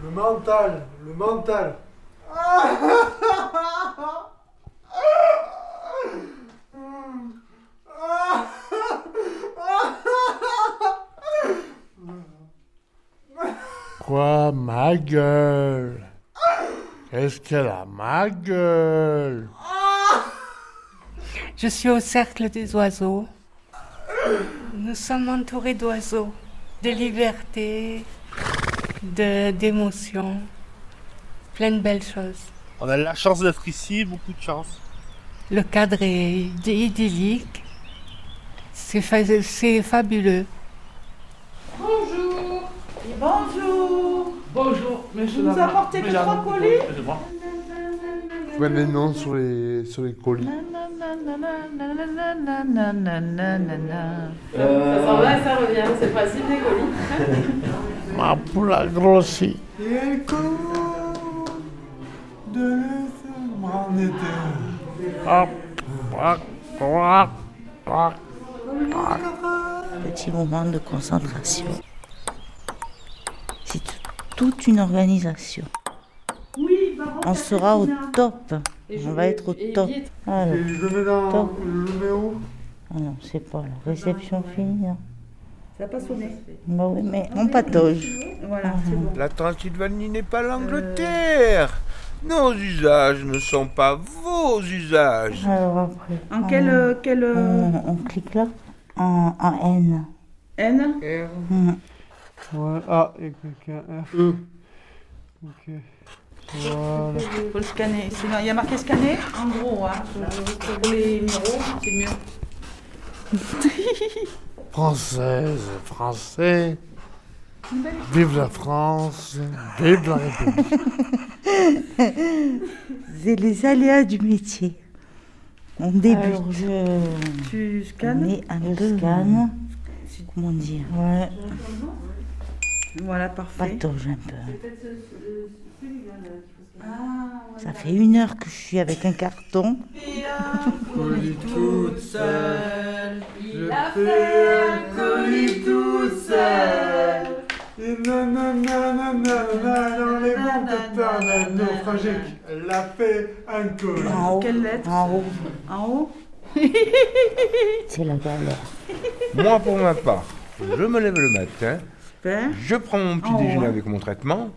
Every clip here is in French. mental, le mental. Quoi, ma gueule Qu'est-ce qu'elle a, ma gueule Je suis au cercle des oiseaux. Nous sommes entourés d'oiseaux, de liberté, de d'émotions, plein de belles choses. On a la chance d'être ici, beaucoup de chance. Le cadre est id- idyllique. C'est fa- c'est fabuleux. Bonjour. bonjour. Bonjour, monsieur. Vous nous Lamar. apportez les Mesdames, trois colis excusez-moi. Je mets les noms sur les, sur les colis. Ça s'en va et ça revient, c'est le principe des colis. Ma poule a grossi. Ah, euh, Hop, hop, hop, hop. petit moment de concentration. C'est toute une organisation. Oui, On sera au top. Et On va être au et il top. y est. Alors, Et je le mets dans Top. je le mets où ah non, c'est pas la réception finie. hein. Ça n'a pas sonné. Bah oui, mais on patauge. Voilà, c'est bon. La Transylvanie n'est pas l'Angleterre. Nos usages ne sont pas vos usages. Alors après, En quel, Oh. euh, quel on, euh, on clique là en, en N. N Hmm. Ouais, ah, et quelqu'un F. Ok. Voilà. Faut le scanner. C'est- Il y a marqué scanner En gros, hein. Pour les numéros, c'est mieux. Française, français. Vive la France, vive la République. C'est les aléas du métier. On débute. Tu On scannes est un peu scan. Comment dire Ouais, Voilà, parfait. patauge un peu. Ah, Ça fait une heure que je suis avec un carton. colis toute seule. Je fais un colis toute seule. Et nanana nanana dans les bons pépins naufragiques. Elle a fait un colis. En haut. Quelle lettre En haut. En haut C'est la galère. Moi, pour ma part, je me lève le matin, Super. je prends mon petit Oh, ouais. déjeuner avec mon traitement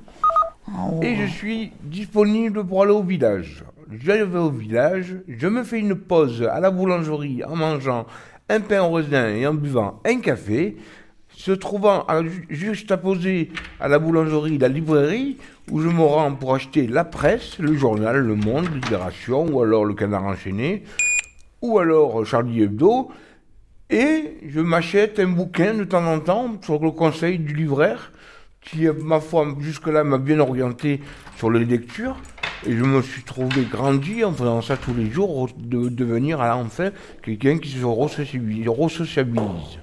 En haut. et je suis disponible pour aller au village. Je vais au village, je me fais une pause à la boulangerie en mangeant un pain au raisin et en buvant un café. Se trouvant à, ju- juste à poser à la boulangerie, la librairie, où je me rends pour acheter la presse, le journal, Le Monde, Libération, ou alors Le Canard Enchaîné, ou alors Charlie Hebdo, et je m'achète un bouquin de temps en temps sur le conseil du livraire, qui, ma foi, jusque-là m'a bien orienté sur les lectures. Et je me suis trouvé grandi en faisant ça tous les jours, de devenir à enfin quelqu'un qui se resociabilise. resociabilise.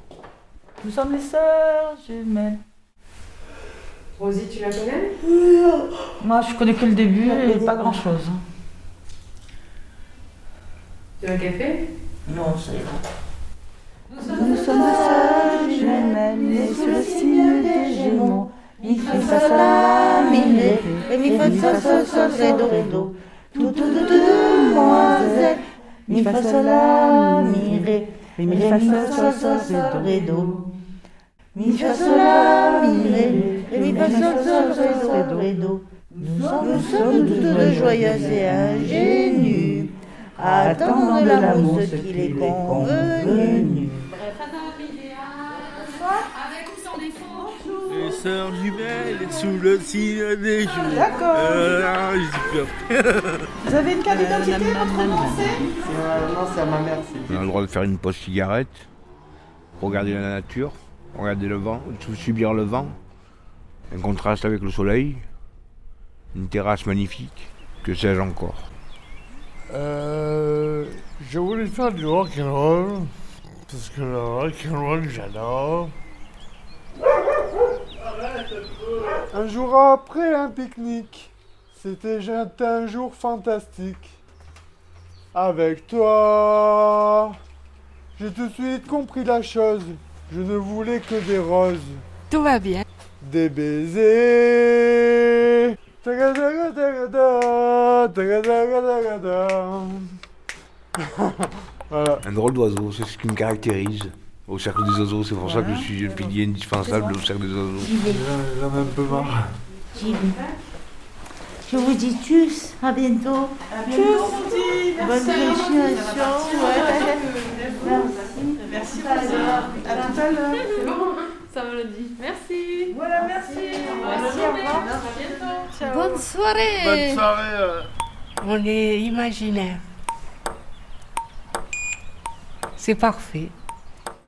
Nous sommes les sœurs jumelles. Rosie, tu la connais Moi, je connais que le début et pas grand-chose. Tu veux un café Non, c'est Nous sommes deux sœurs jumelles, nées sous le signe des Gémeaux. Il fait ça, ça, mille, et mi fa ça, ça, ça, c'est do, ré, do. Tout, tout, tout, tout, demoiselle. Mi fa ça, la, mi, ré, et mi fa ça, ça, ça, c'est do, ré, do. Mi fa ça, la, mi, ré, et mi fa ça, ça, ça, c'est do, ré, do. Nous sommes- nous sommes toutes deux joyeuses et ingénues. À attendre l'amour, ce qu'il est convenu. Les sœurs jumelles sous le signe des jumelles. D'accord. Euh, Vous avez une carte d'identité, votre nom, c'est On a le droit de faire une pause cigarette, regarder la nature, regarder le vent, subir le vent, un contraste avec le soleil, une terrasse magnifique, que sais-je encore. Euh, je voulais faire du rock'n'roll, parce que le rock'n'roll, j'adore. Un jour après un pique-nique, c'était juste un jour fantastique. Avec toi, j'ai tout de suite compris la chose. Je ne voulais que des roses, Tout va bien. des baisers, Voilà. Un drôle d'oiseau, c'est ce qui me caractérise. Au cercle des oiseaux, c'est pour ça que je suis un pilier indispensable au cercle des oiseaux. J'y vais, J'en ai un peu marre. j'y vais. Je vous dis tchuss, à bientôt. À bientôt, Sandy. Bonne Oh, continuation. ouais. Merci. Merci, Rosa. À tout à l'heure. C'est bon, ça me le dit. Merci. Voilà, merci. Merci, au revoir. À bientôt. Bonne Bonne soirée. soirée. euh. On est imaginaire. C'est parfait.